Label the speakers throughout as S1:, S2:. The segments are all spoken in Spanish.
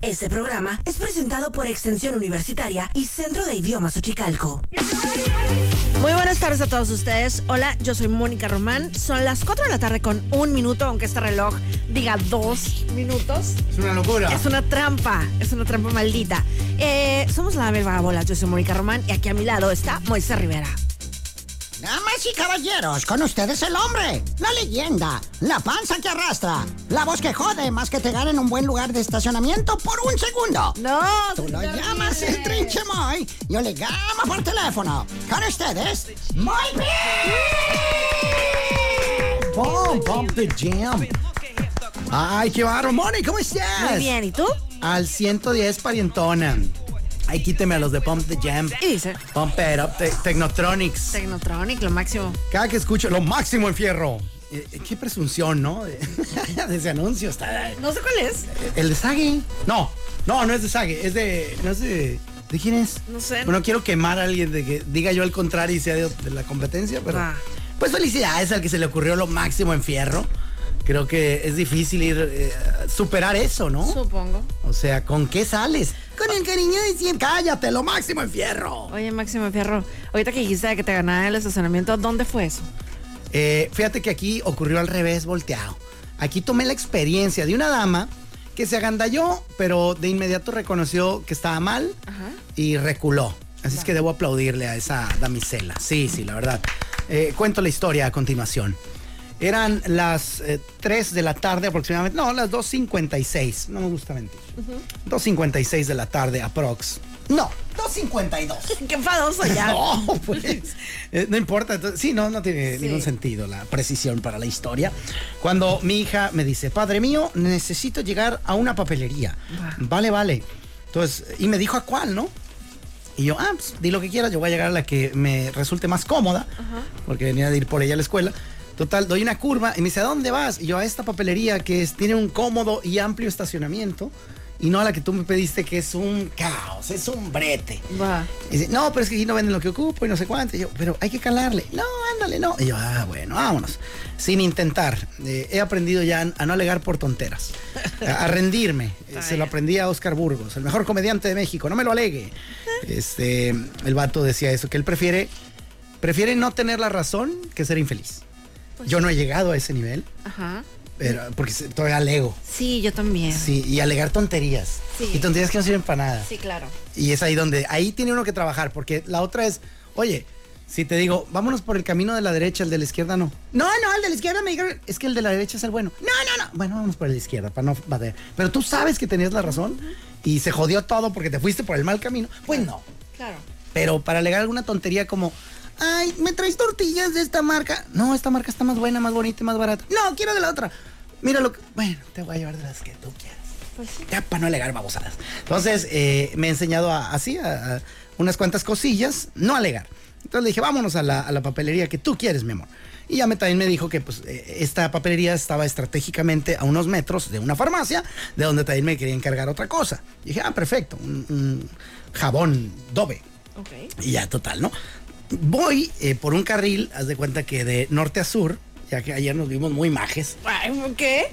S1: Este programa es presentado por Extensión Universitaria y Centro de Idiomas Uchicalco. Muy buenas tardes a todos ustedes. Hola, yo soy Mónica Román. Son las 4 de la tarde con un minuto, aunque este reloj diga dos minutos.
S2: Es una locura.
S1: Es una trampa, es una trampa maldita. Eh, somos la Dame Vagabola, yo soy Mónica Román y aquí a mi lado está Moisés Rivera.
S3: Damas y caballeros, con ustedes el hombre, la leyenda, la panza que arrastra, la voz que jode más que te gane en un buen lugar de estacionamiento por un segundo.
S1: No,
S3: Tú lo
S1: Señor
S3: llamas el
S1: Rivera.
S3: trinche Moy, yo le llamo por teléfono. Con ustedes, Moy Pit.
S2: Pom, pom, the jam. Ay, qué barro. Moni, ¿cómo estás?
S1: Muy bien, ¿y tú?
S2: Al 110 parientona. Ay, quíteme a los de Pump the Jam.
S1: Y dice
S2: Pump it up, Te- Technotronics.
S1: Technotronic, lo máximo.
S2: Cada que escucho, lo máximo en fierro. Eh, eh, qué presunción, ¿no? De, de ese anuncio. Está,
S1: No sé cuál es.
S2: el de Sage. No, no, no es de Sage. Es de. No es de. ¿De quién es?
S1: No sé.
S2: Bueno, quiero quemar a alguien de que diga yo al contrario y sea de, de la competencia, pero.
S1: Ah.
S2: Pues felicidades al que se le ocurrió lo máximo en fierro. Creo que es difícil ir, eh, superar eso, ¿no?
S1: Supongo.
S2: o sea, ¿con qué sales? Con el cariño de siempre. Cállate, lo máximo en fierro.
S1: Oye, Máximo Fierro, ahorita que dijiste de que te ganaba el estacionamiento, ¿dónde fue eso?
S2: Eh, fíjate que aquí ocurrió al revés, volteado. Aquí tomé la experiencia de una dama que se agandalló, pero de inmediato reconoció que estaba mal
S1: Ajá.
S2: y reculó. Así es que debo aplaudirle a esa damisela. Sí, sí, la verdad. Eh, cuento la historia a continuación. Eran las eh, 3 de la tarde aproximadamente. No, las 2.56. No me gusta mentir. 2.56 de la tarde aprox. No, 2.52.
S1: Qué enfadoso ya.
S2: No, pues. eh, No importa. entonces, sí, no, no tiene
S1: Sí.
S2: ningún sentido la precisión para la historia. Cuando mi hija me dice, padre mío, necesito llegar a una papelería.
S1: Va.
S2: Vale, vale. Entonces, y me dijo a cuál, ¿no? Y yo, ah, pues, di lo que quieras, yo voy a llegar a la que me resulte más cómoda, porque venía de ir por ella a la escuela. Total, doy una curva y me dice, ¿a dónde vas? Y yo, a esta papelería que es- tiene un cómodo y amplio estacionamiento, y no a la que tú me pediste, que es un caos, es un brete.
S1: Va.
S2: Y dice, no, pero es que aquí no venden lo que ocupo y no sé cuánto. Y yo, pero hay que calarle. No, ándale, no. Y yo, ah, bueno, vámonos. Sin intentar. Eh, he aprendido ya a no alegar por tonteras. A, a rendirme. Eh, se lo aprendí a Oscar Burgos, el mejor comediante de México. No me lo alegue. Este, el vato decía eso, que él prefiere, prefiere no tener la razón que ser infeliz. Yo no he llegado a ese nivel,
S1: Ajá.
S2: pero, porque se- todavía alego.
S1: Sí, yo también.
S2: Sí, y alegar tonterías.
S1: Sí.
S2: Y tonterías que no sirven para nada.
S1: Sí, claro.
S2: Y es ahí donde, ahí tiene uno que trabajar, porque la otra es, oye, si te digo, vámonos por el camino de la derecha, el de la izquierda no. No, no, el de la izquierda me dijeron, es que el de la derecha es el bueno. No, no, no. Bueno, vamos por el de la izquierda para no bater. Pero tú sabes que tenías la razón y se jodió todo porque te fuiste por el mal camino. Pues no.
S1: Claro.
S2: Pero para alegar alguna tontería como, ay, me traes tortillas de esta marca. No, esta marca está más buena, más bonita y más barata. No, quiero de la otra. Mira lo que. Bueno, te voy a llevar de las que tú quieras.
S1: Pues
S2: Ya para no alegar babosadas. Entonces, eh, me he enseñado a- así, a, a unas cuantas cosillas, no alegar. Entonces le dije, vámonos a la, a la papelería que tú quieres, mi amor. Y ya me, también me dijo que pues, eh, esta papelería estaba estratégicamente a unos metros de una farmacia, de donde también me quería encargar otra cosa. Y dije, ah, perfecto, un, un jabón Dove.
S1: Ok.
S2: Y ya, total, ¿no? Voy eh, por un carril, haz de cuenta que de norte a sur, ya que ayer nos vimos muy majes,
S1: Ay, ¿Qué?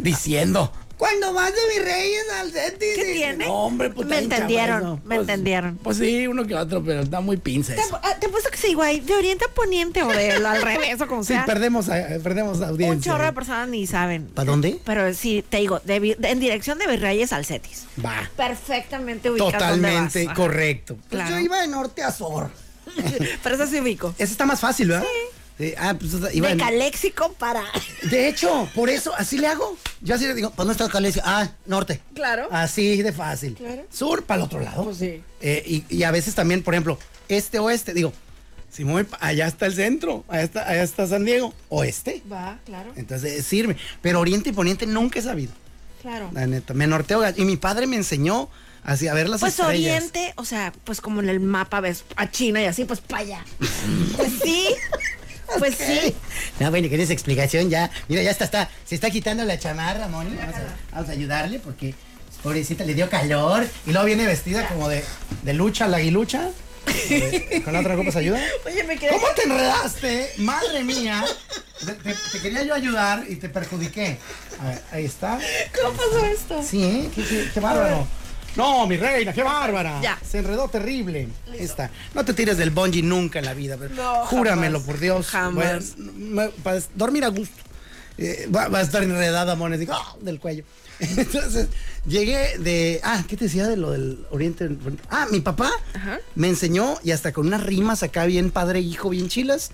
S2: diciendo. Cuando vas de Virreyes al Cetis.
S1: ¿Qué
S2: y-
S1: tiene?
S2: No, hombre, pues,
S1: Me
S2: está bien
S1: entendieron,
S2: chafa eso.
S1: me entendieron.
S2: Pues sí, uno que otro, pero está muy pinza
S1: Te,
S2: eso.
S1: ah, te puesto que sí, güey. De oriente a poniente o de al revés o como
S2: Sí,
S1: sea.
S2: perdemos, eh, perdemos audiencia.
S1: un chorro de personas ni saben.
S2: ¿Para dónde?
S1: Pero sí, te digo, de vi- de- en dirección de Virreyes al Cetis.
S2: Va.
S1: Perfectamente ubicado.
S2: Totalmente
S1: correcto.
S2: correcto. Pues
S1: Claro.
S2: yo iba de norte a sur.
S1: Pero eso sí ubico.
S2: Eso está más fácil, ¿verdad? Sí. ah, pues iba
S1: de
S2: en-
S1: Caléxico para.
S2: De hecho, por eso, así le hago. Yo así le digo, ¿dónde está Calesia? Ah, norte.
S1: Claro.
S2: Así de fácil.
S1: Claro.
S2: Sur para el otro lado.
S1: Pues sí.
S2: Eh, y, y a veces también, por ejemplo, este oeste, digo, si me voy, pa- allá está el centro, allá está, allá está San Diego, oeste.
S1: Va, claro,
S2: Entonces eh, sirve. Pero oriente y poniente nunca he sabido.
S1: claro.
S2: La neta, me norteo. gallo. Y mi padre me enseñó así a ver las
S1: Pues
S2: estrellas.
S1: Oriente, o sea, pues como en el mapa ves a China y así, pues para allá. Pues sí. Pues sí.
S2: No, bueno, con esa explicación ya. Mira, ya está, está. Se está quitando la chamarra, Moni. Vamos a, vamos a ayudarle porque pues, pobrecita le dio calor. Y luego viene vestida como de, de lucha, la aguilucha. Eh, ¿Con la otra ropa se ayuda?
S1: Oye, me quedé.
S2: ¿Cómo te enredaste? Madre mía. Te, te- te quería yo ayudar y te perjudiqué. A ver, ahí está.
S1: ¿Cómo pasó esto?
S2: Sí, ¿eh? Qué, qué- qué bárbaro. No, mi reina, qué bárbara.
S1: Ya.
S2: Se enredó terrible. Esta. No te tires del bungee nunca en la vida. pero
S1: No,
S2: júramelo,
S1: jamás.
S2: por Dios.
S1: Jamás.
S2: Voy a- me- para dormir a gusto. Eh, va, va a estar enredada, mones. Digo, ¡ah! del cuello. Entonces, llegué de. Ah, ¿qué te decía de lo del Oriente? Ah, mi papá
S1: Ajá.
S2: me enseñó y hasta con unas rimas acá, bien padre, hijo, bien chilas.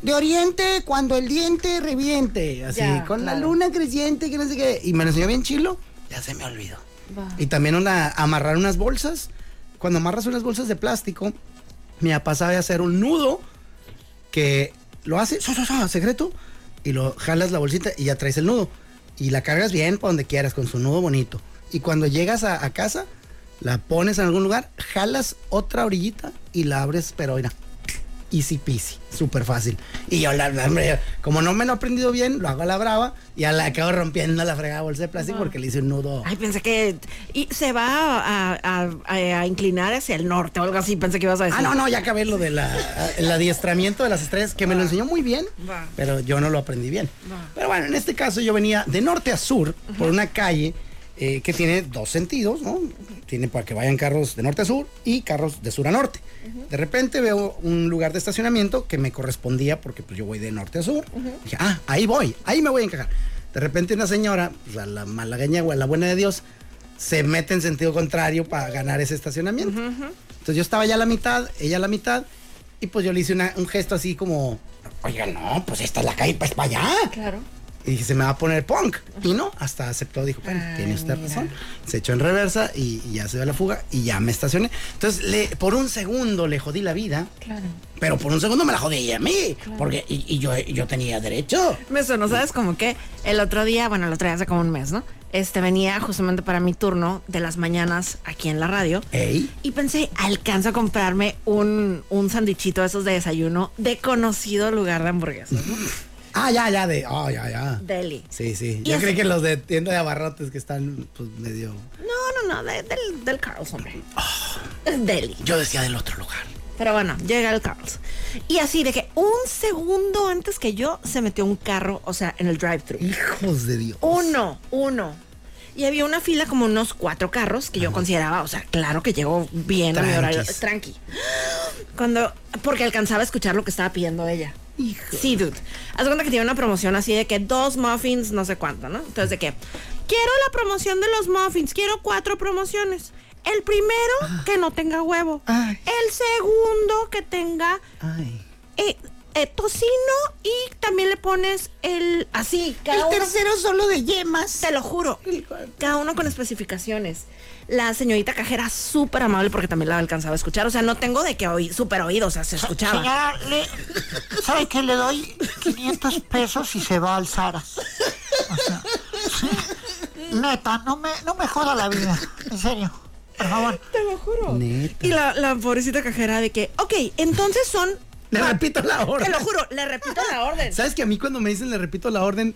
S2: De Oriente, cuando el diente reviente. Así,
S1: Ya,
S2: con la
S1: claro.
S2: luna creciente, que no sé qué. Y me lo enseñó bien chilo, ya se me olvidó.
S1: Va.
S2: Y también una, amarrar unas bolsas. Cuando amarras unas bolsas de plástico, mi papá sabe hacer un nudo que lo hace, so, so, so, secreto, y lo jalas la bolsita y ya traes el nudo. Y la cargas bien para donde quieras, con su nudo bonito. Y cuando llegas a, a casa, la pones en algún lugar, jalas otra orillita y la abres, pero mira, easy peasy, súper fácil. Y yo, la, la- hombre, como no me lo he aprendido bien, lo hago a la brava y ya la acabo rompiendo la fregada bolsa de plástico porque le hice un nudo.
S1: Ay, pensé que y se va a, a- a- a inclinar hacia el norte o algo así. Pensé que ibas a decir.
S2: Ah, no, no, ya acabé lo del adiestramiento de las estrellas, que me lo enseñó muy bien,
S1: Va.
S2: pero yo no lo aprendí bien. Pero bueno, en este caso yo venía de norte a sur por una calle eh, que tiene dos sentidos, ¿no? Tiene para que vayan carros de norte a sur y carros de sur a norte. De repente veo un lugar de estacionamiento que me correspondía porque pues yo voy de norte a sur. Dije, ah, ahí voy, ahí me voy a encajar. De repente una señora, pues, a la malagueña o a la buena de Dios, se mete en sentido contrario para ganar ese estacionamiento. Entonces yo estaba ya a la mitad, ella a la mitad, y pues yo le hice una- un gesto así como, oiga, no, pues esta es la calle, pues para allá.
S1: Claro.
S2: Y dije, se me va a poner punk. Y no, hasta aceptó, dijo, bueno, tiene usted razón. Se echó en reversa y, y ya se dio la fuga y ya me estacioné. Entonces, le, por un segundo le jodí la vida,
S1: Claro.
S2: pero por un segundo me la jodí a mí, porque y, y yo, y yo tenía derecho.
S1: Me sonó, ¿sabes? Como que el otro día, bueno, el otro día hace como un mes, ¿no? Este venía justamente para mi turno de las mañanas aquí en la radio.
S2: Ey.
S1: Y pensé, alcanzo a comprarme un, un sandichito de esos de desayuno de conocido lugar de hamburguesas, ¿no?
S2: Ah, ya, ya, de, ah, ya, ya.
S1: Deli.
S2: Sí, sí.
S1: Y
S2: Yo
S1: es-
S2: creí que los de tienda de abarrotes que están, pues, medio...
S1: No, no, no, de- del, del Carl's, hombre.
S2: Ah.
S1: Deli.
S2: Yo decía del otro lugar.
S1: Pero bueno, llega el Carl's. Y así de que un segundo antes que yo se metió un carro, o sea, en el drive-thru.
S2: Hijos de Dios.
S1: Uno, uno. Y había una fila como unos cuatro carros que yo consideraba, o sea, claro que llegó bien a mi horario.
S2: Tranquis.
S1: Tranqui. Cuando, porque alcanzaba a escuchar lo que estaba pidiendo ella. Sí, dude. Haz de cuenta que tiene una promoción así de que dos muffins, no sé cuánto, ¿no? Entonces de que, quiero la promoción de los muffins, quiero cuatro promociones. El primero, que no tenga huevo.
S2: Ah. Ay.
S1: El segundo, que tenga
S2: Ay.
S1: eh, eh, tocino y también le pones el así, cada
S3: El
S1: uno-
S3: tercero solo de yemas.
S1: te lo juro. Cada uno con especificaciones. La señorita cajera súper amable porque también la alcanzaba a escuchar. O sea, no tengo de que oí, súper oído, o sea, se escuchaba.
S4: Señora, le, ¿sabe que le doy 500 pesos y se va al Zara? O sea, sí. neta, no me, no me joda la vida, en serio, por favor.
S1: Te lo juro.
S2: Neta.
S1: Y la, la pobrecita cajera de que, ok, entonces son.
S2: Le repito la orden.
S1: Ah, Te lo juro, le repito la orden.
S2: ¿Sabes que a mí cuando me dicen le repito la orden,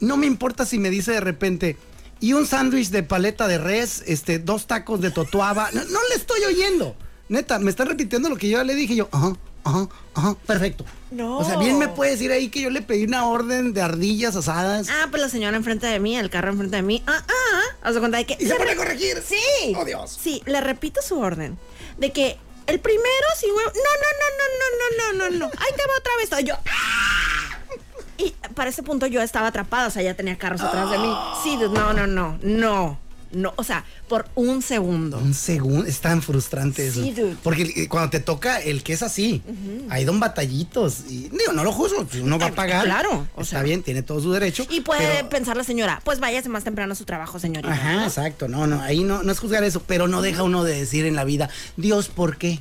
S2: no me importa si me dice de repente, y un sándwich de paleta de res, este, dos tacos de totuaba? No, no le estoy oyendo. Neta, me están repitiendo lo que yo ya le dije. y Yo, ajá, ajá, ajá, perfecto.
S1: No.
S2: O sea, bien me puede decir ahí que yo le pedí una orden de ardillas asadas.
S1: Ah, pues la señora enfrente de mí, el carro enfrente de mí. Ah, ah. Haz de cuenta de que.
S2: y se
S1: le
S2: pone a
S1: re-
S2: corregir.
S1: Sí.
S2: Oh, Dios.
S1: Sí, le repito su orden. De que el primero sin huevo. No, no, no, no, no, no, no, no, no. Ahí te va otra vez. Ay, Yo. ¡ah! Y para ese punto yo estaba atrapada, o sea, ya tenía carros atrás de mí. Sí, dude, no, no, no, no, no. O sea, por un segundo.
S2: Un segundo, es tan frustrante eso.
S1: Sí, dude.
S2: Porque eh, cuando te toca el que es así, ahí don batallitos. Y digo, no lo juzgo, si uno va
S1: Ah,
S2: a pagar.
S1: claro, o
S2: está
S1: sea.
S2: bien, tiene todo su derecho.
S1: Y puede
S2: pero-
S1: pensar la señora, pues váyase más temprano a su trabajo, señorita.
S2: Ajá, exacto. No, no, ahí no, no es juzgar eso, pero no deja uno de decir en la vida, Dios, ¿por qué?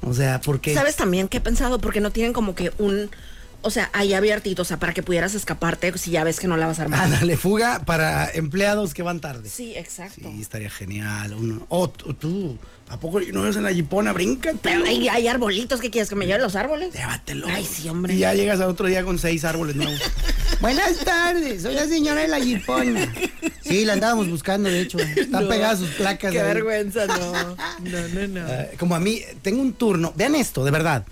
S2: O sea, ¿por qué?
S1: ¿Sabes también qué he pensado? Porque no tienen como que un. o sea, ahí abiertito, o sea, para que pudieras escaparte si ya ves que no la vas a armar.
S2: Ándale, fuga para empleados que van tarde.
S1: Sí, exacto.
S2: Sí, estaría genial. Uno. Oh, tú- tú, ¿a poco no ves en la jipona? Bríncate.
S1: Pero hay, hay arbolitos que quieres que me lleven los árboles.
S2: Llévatelo.
S1: Ay, sí, hombre.
S2: Y ya llegas al otro día con seis árboles nuevos.
S3: Buenas tardes, soy la señora de la jipona. Sí, la andábamos buscando, de hecho.
S2: Están pegadas sus placas.
S1: Qué
S2: ahí.
S1: vergüenza, no. No, no, no.
S2: Ah, como a mí, tengo un turno. Vean esto, de verdad.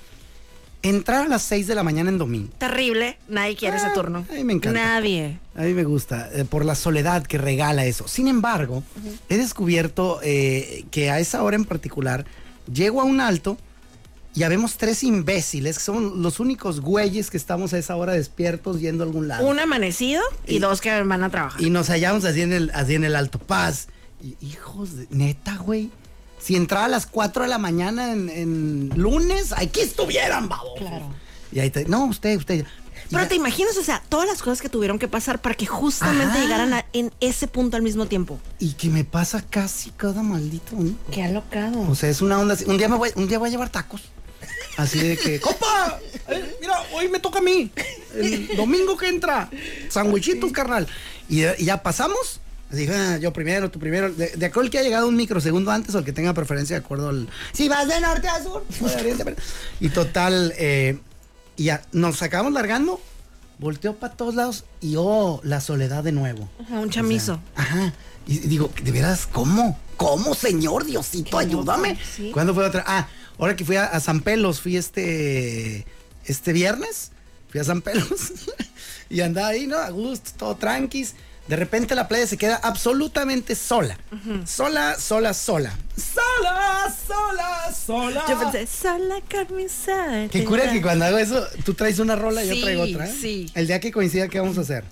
S2: Entrar a las 6 de la mañana en domingo.
S1: Terrible, nadie quiere ese turno.
S2: Ay, Ah, me encanta.
S1: Nadie.
S2: A mí me gusta, eh, por la soledad que regala eso. Sin embargo, he descubierto eh, que a esa hora en particular llego a un alto y habemos tres imbéciles, que son los únicos güeyes que estamos a esa hora despiertos yendo a algún lado.
S1: Un amanecido y,
S2: Y-
S1: dos que van a trabajar.
S2: Y nos hallamos así en el, así en el Alto Paz. Y, hijos de neta, güey. Si entraba a las 4 de la mañana en, en lunes, aquí estuvieran, babo.
S1: Claro.
S2: Y ahí te, no, usted, usted. Y
S1: Pero
S2: ya-
S1: te imaginas, o sea, todas las cosas que tuvieron que pasar para que justamente
S2: Ajá.
S1: llegaran a- en ese punto al mismo tiempo.
S2: Y que me pasa casi cada maldito domingo.
S1: Qué alocado.
S2: O sea, es una onda así. Un día, me voy, un día voy a llevar tacos. Así de que, ¡copa! eh, mira, hoy me toca a mí. El domingo que entra. Sandwichitos, carnal. Y, ya- y ya pasamos. Así, ah, yo primero, tú primero. De, de acuerdo al que ha llegado un microsegundo antes o el que tenga preferencia, de acuerdo al. Si vas de norte a sur. o de oriente a poniente. Y total, eh, y ya nos acabamos largando. Volteo para todos lados y oh, la soledad de nuevo.
S1: Ajá, un chamizo.
S2: Ajá. Y digo, ¿de veras cómo? ¿Cómo, señor Diosito?
S1: Qué loco,
S2: Ayúdame.
S1: sí.
S2: ¿Cuándo fue otra? Ah, ahora que fui a, a San Pelos, fui este, este viernes, fui a San Pelos y andaba ahí, ¿no? A gusto, todo tranquis. De repente la playa se queda absolutamente sola. Sola, sola, sola. Sola, sola, sola.
S1: Yo pensé, sola camisa.
S2: Qué cura que cuando hago eso, tú traes una rola y
S1: Sí,
S2: yo traigo otra. ¿eh?
S1: sí.
S2: El día que coincida, ¿qué vamos a hacer?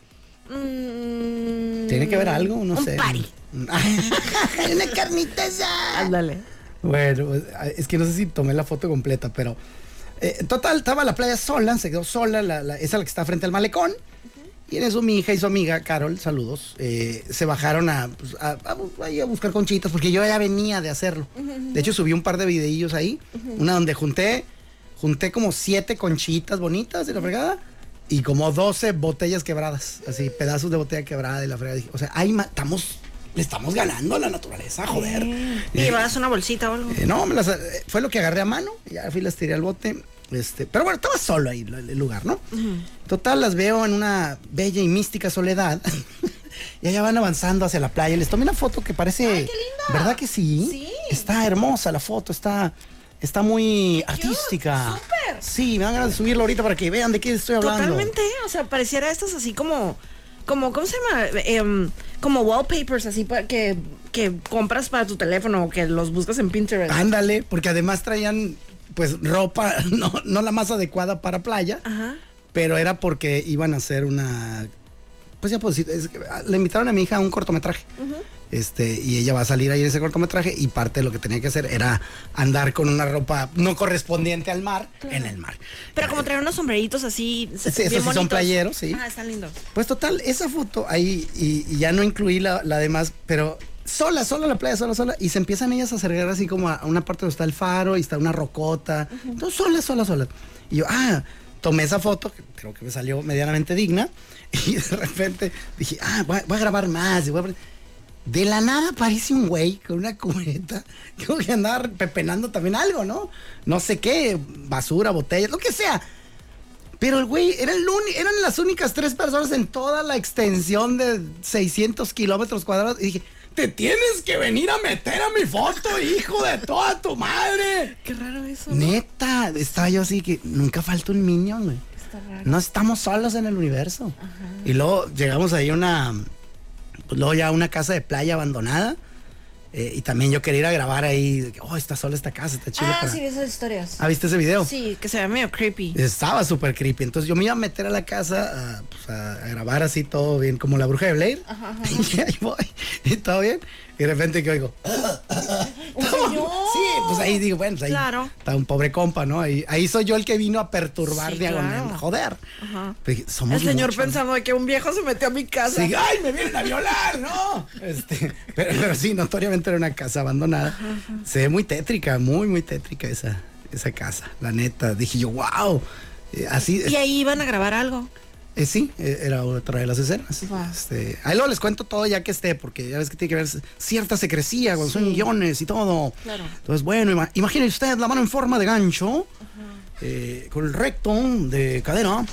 S1: Mm,
S2: ¿Tiene que haber algo? No
S1: un
S2: sé.
S1: party.
S3: Una carnita asada.
S1: Ándale.
S2: Bueno, pues, ah, es que no sé si tomé la foto completa, pero eh, total, estaba la playa sola, se quedó sola, la, la- esa la que está frente al malecón. Y en eso mi hija y su amiga, Carol, saludos, eh, se bajaron a, pues, a- a bu- ahí a buscar conchitas, porque yo ya venía de hacerlo. De hecho, subí un par de videillos ahí, una donde junté, junté como siete conchitas bonitas de la fregada y como 12 botellas quebradas, así, pedazos de botella quebrada de la fregada. Dije, O sea, ahí ma- estamos, le estamos ganando a la naturaleza, joder.
S1: ¿Y llevarás una bolsita o algo?
S2: Eh, no, me las- eh, fue lo que agarré a mano, ya fui y las tiré al bote. Este, pero bueno, estaba solo ahí lo- el lugar, ¿no? Total, las veo en una bella y mística soledad. y allá van avanzando hacia la playa. Les tomé una foto que parece. ¿Verdad que sí?
S1: Sí.
S2: Está hermosa la foto, está. Está muy artística.
S1: súper.
S2: Sí, me dan ganas de subirlo ahorita para que vean de qué estoy hablando.
S1: Totalmente, o sea, pareciera estas así como, como ¿cómo se llama? Em, como wallpapers así pa- que, que compras para tu teléfono o que los buscas en Pinterest.
S2: Ándale, porque además traían pues ropa, no, no la más adecuada para playa.
S1: Ajá.
S2: Pero era porque iban a hacer una. Pues ya puedo decir, es que, ah, le invitaron a mi hija a un cortometraje. Este, y ella va a salir ahí en ese cortometraje. Y parte de lo que tenía que hacer era andar con una ropa no correspondiente al mar en el mar.
S1: Pero como traer unos sombreritos así. se-
S2: Sí,
S1: bien
S2: esos sí son
S1: bonitos.
S2: playeros, sí.
S1: Ah, están lindos.
S2: Pues total, esa foto ahí, y, y ya no incluí la, la demás, pero sola, sola la playa, sola, sola. Y se empiezan ellas a acercar así como a, a una parte donde está el faro y está una rocota. Entonces, sola, sola, sola. Y yo, ah, tomé esa foto, que creo que me salió medianamente digna. Y de repente dije, ah, voy a, voy a grabar más. y voy a pre- De la nada aparece un güey con una cubeta. Creo que andaba pepenando también algo, ¿no? No sé qué, basura, botellas, lo que sea. Pero el güey, era el uni- eran las únicas tres personas en toda la extensión de 600 kilómetros cuadrados. Y dije, te tienes que venir a meter a mi foto, hijo de toda tu madre.
S1: Qué raro eso.
S2: Neta, estaba yo así que nunca falta un niño, güey. No estamos solos en el universo. Y luego llegamos ahí a una, pues luego ya a una casa de playa abandonada. eh, y también yo quería ir a grabar ahí, de que, oh, está sola esta casa, está chido.
S1: Ah,
S2: para-".
S1: sí, vi esas historias.
S2: ¿Ah, viste ese video?
S1: Sí, que se ve medio creepy.
S2: Estaba súper creepy. Entonces yo me iba a meter a la casa a, pues, a- a grabar así todo bien, como la bruja de Blair. Y ahí voy. Y todo bien. Y de repente que oigo. "Ah,
S1: señor!
S2: Sí, pues ahí digo, bueno, pues ahí
S1: Claro.
S2: está un pobre compa, ¿no? Ahí, ahí soy yo el que vino a perturbar
S1: Sí,
S2: diagonal.
S1: claro.
S2: Joder. Pues dije, somos
S1: El señor
S2: muchos.
S1: pensando de que un viejo se metió a mi casa.
S2: Sí, ay, me vienen a violar, ¿no? Este, pero, pero sí, notoriamente era una casa abandonada. Se ve muy tétrica, muy, muy tétrica esa, esa casa, la neta. Dije yo, wow. Eh, así,
S1: Y ahí iban a grabar algo.
S2: eh, sí, eh, era otra de las escenas. Este, ahí luego les cuento todo ya que esté, porque ya ves que tiene que ver cierta secrecía cuando son guiones y todo.
S1: Claro.
S2: Entonces, bueno, ima- imagine usted la mano en forma de gancho, eh, con el recto de cadena.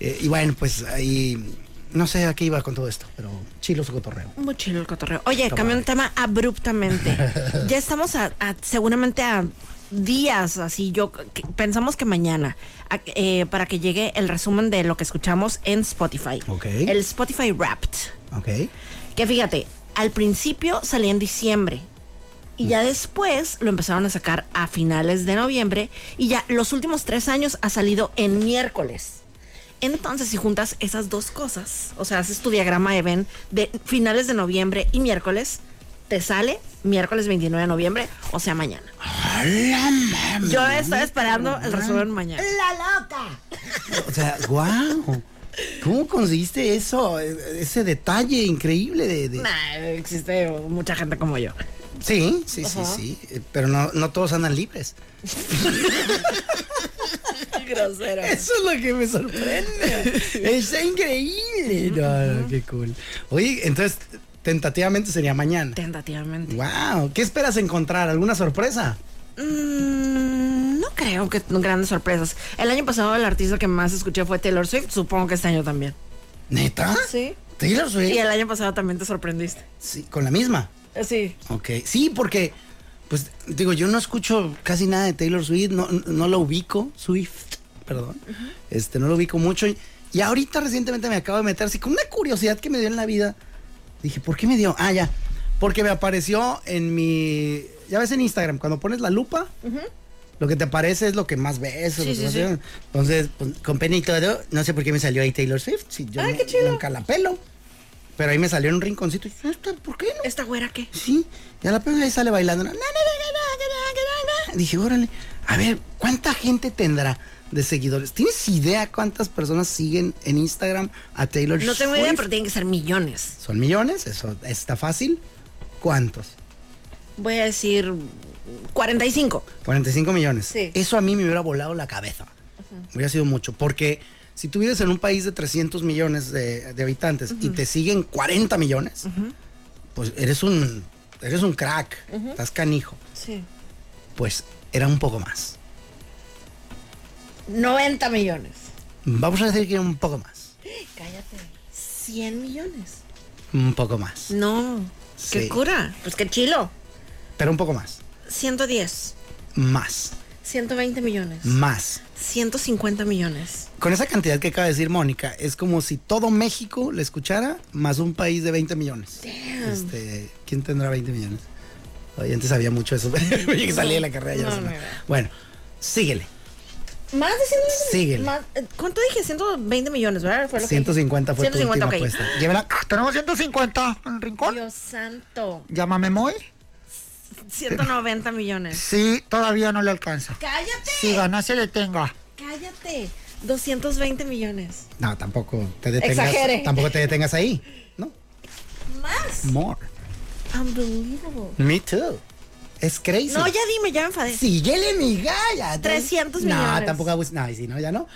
S2: eh, y bueno, pues ahí, no sé a qué iba con todo esto, pero chilo su cotorreo.
S1: Muy chido el cotorreo. Oye, cambió un tema abruptamente. ya estamos a, a- seguramente a días, así yo que- pensamos que mañana, a- eh, para que llegue el resumen de lo que escuchamos en Spotify.
S2: Ok.
S1: El Spotify Wrapped.
S2: Ok.
S1: Que fíjate, al principio salía en diciembre. Y ya después lo empezaron a sacar a finales de noviembre. Y ya los últimos tres años ha salido en miércoles. Entonces, si juntas esas dos cosas, o sea, haces tu diagrama Even de finales de noviembre y miércoles, te sale miércoles 29 de noviembre, o sea, mañana. Yo estoy esperando el resumen mañana.
S3: ¡La loca!
S2: O sea, wow. ¿Cómo conseguiste eso? E- Ese detalle increíble de. de-
S1: Nah, existe mucha gente como yo.
S2: Sí, sí, sí, sí. Eh, Pero no, no todos andan libres.
S1: Grosero.
S2: Eso es lo que me sorprende. es increíble. No, no, qué cool. Oye, entonces, tentativamente sería mañana.
S1: Tentativamente.
S2: Wow. ¿Qué esperas encontrar? ¿Alguna sorpresa?
S1: Mm, No creo que t- grandes sorpresas. El año pasado el artista que más escuché fue Taylor Swift, supongo que este año también.
S2: ¿Neta?
S1: Ah, Sí.
S2: ¿Taylor Swift?
S1: Y el año pasado también te sorprendiste.
S2: Sí, con la misma.
S1: Eh, Sí.
S2: Ok, sí, porque, pues, digo, yo no escucho casi nada de Taylor Swift, no, no lo ubico, Swift, perdón, este, no lo ubico mucho. Y, y ahorita recientemente me acabo de meter así con una curiosidad que me dio en la vida. Dije, ¿por qué me dio? Ah, ya, porque me apareció en mi, ya ves en Instagram, cuando pones la lupa, lo que te aparece es lo que más ves. o
S1: Sí,
S2: lo que
S1: sí,
S2: más
S1: sí.
S2: ves. Entonces, pues, con pena y todo, no sé por qué me salió ahí Taylor Swift, si yo
S1: Ay,
S2: no-
S1: Ah, qué chido.
S2: nunca la pelo. Pero ahí me salió en un rinconcito. Y, yo, "Esta, ¿Por qué no?
S1: ¿Esta güera qué?
S2: Sí, ya la pego y ahí sale bailando. Na, na, na, na, na, na, na, na. Dije, órale, a ver, ¿cuánta gente tendrá de seguidores? ¿Tienes idea cuántas personas siguen en Instagram a Taylor
S1: No tengo idea,
S2: Swift?
S1: pero tienen que ser millones.
S2: Son millones, eso está fácil. ¿Cuántos?
S1: Voy a decir 45.
S2: 45 millones.
S1: Sí.
S2: Eso a mí me hubiera volado la cabeza. Hubiera sido mucho, porque si tú vives en un país de 300 millones de, de habitantes y te siguen 40 millones, pues eres un, eres un crack, estás canijo.
S1: Sí.
S2: Pues era un poco más.
S1: 90 millones.
S2: Vamos a decir que un poco más.
S1: Cállate. 100 millones.
S2: Un poco más.
S1: No. ¿Qué
S2: Sí.
S1: cura? Pues qué chilo.
S2: Pero un poco más.
S1: 110.
S2: Más.
S1: 120 millones.
S2: Más.
S1: 150 millones.
S2: Con esa cantidad que acaba de decir Mónica, es como si todo México le escuchara más un país de 20 millones. Este, ¿Quién tendrá 20 millones? Oye, antes sabía mucho eso. Oye, que salí de la carrera ya.
S1: No,
S2: no sé
S1: no,
S2: nada.
S1: no.
S2: Bueno, síguele.
S1: Más de 120
S2: Síguele.
S1: más- eh, ¿Cuánto dije? 120 millones, ¿verdad? Fue lo que dije.
S2: 150 fue tu
S1: 150,
S2: última
S1: ok.
S2: apuesta. Llévala.
S4: Tenemos 150 en el rincón.
S1: Dios santo.
S4: Llámame Moy.
S1: 190 millones.
S4: Sí, todavía no le alcanza.
S1: ¡Cállate!
S4: Si gana, se le tenga.
S1: ¡Cállate! 220 millones.
S2: No, tampoco te detengas.
S1: Exagere.
S2: Tampoco te detengas ahí. No.
S1: ¡Más!
S2: More.
S1: Unbelievable.
S2: Me too. Es crazy.
S1: No, ya dime, ya me enfadé.
S2: Sí, Yele mi galla.
S1: 300
S2: No,
S1: millones.
S2: tampoco abus- No, sí, no, ya no.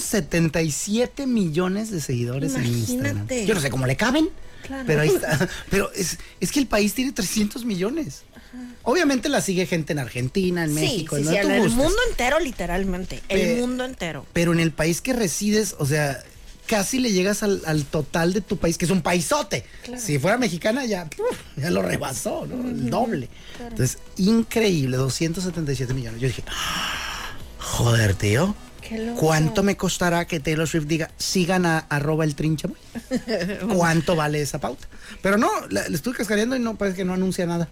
S2: 277 millones de seguidores en Instagram.
S1: Imagínate.
S2: Yo no sé cómo le caben.
S1: Claro.
S2: Pero ahí está. Pero es, es que el país tiene 300 millones. Obviamente la sigue gente en Argentina, en
S1: Sí,
S2: México,
S1: sí,
S2: en
S1: sí,
S2: donde tú
S1: el
S2: gustes.
S1: mundo entero, literalmente. El
S2: Pe-
S1: mundo entero.
S2: Pero en el país que resides, o sea, casi le llegas al, al total de tu país, que es un paisote. Si fuera mexicana, ya, ¡puf! ya lo rebasó, ¿no? El doble. Entonces, increíble, 277 millones. Yo dije, ¡ah! joder, tío.
S1: Qué loco.
S2: ¿Cuánto me costará que Taylor Swift diga, sigan a arroba el trinche? Moy"? ¿Cuánto vale esa pauta? Pero no, la- le estuve cascareando y no, parece que no anuncia nada.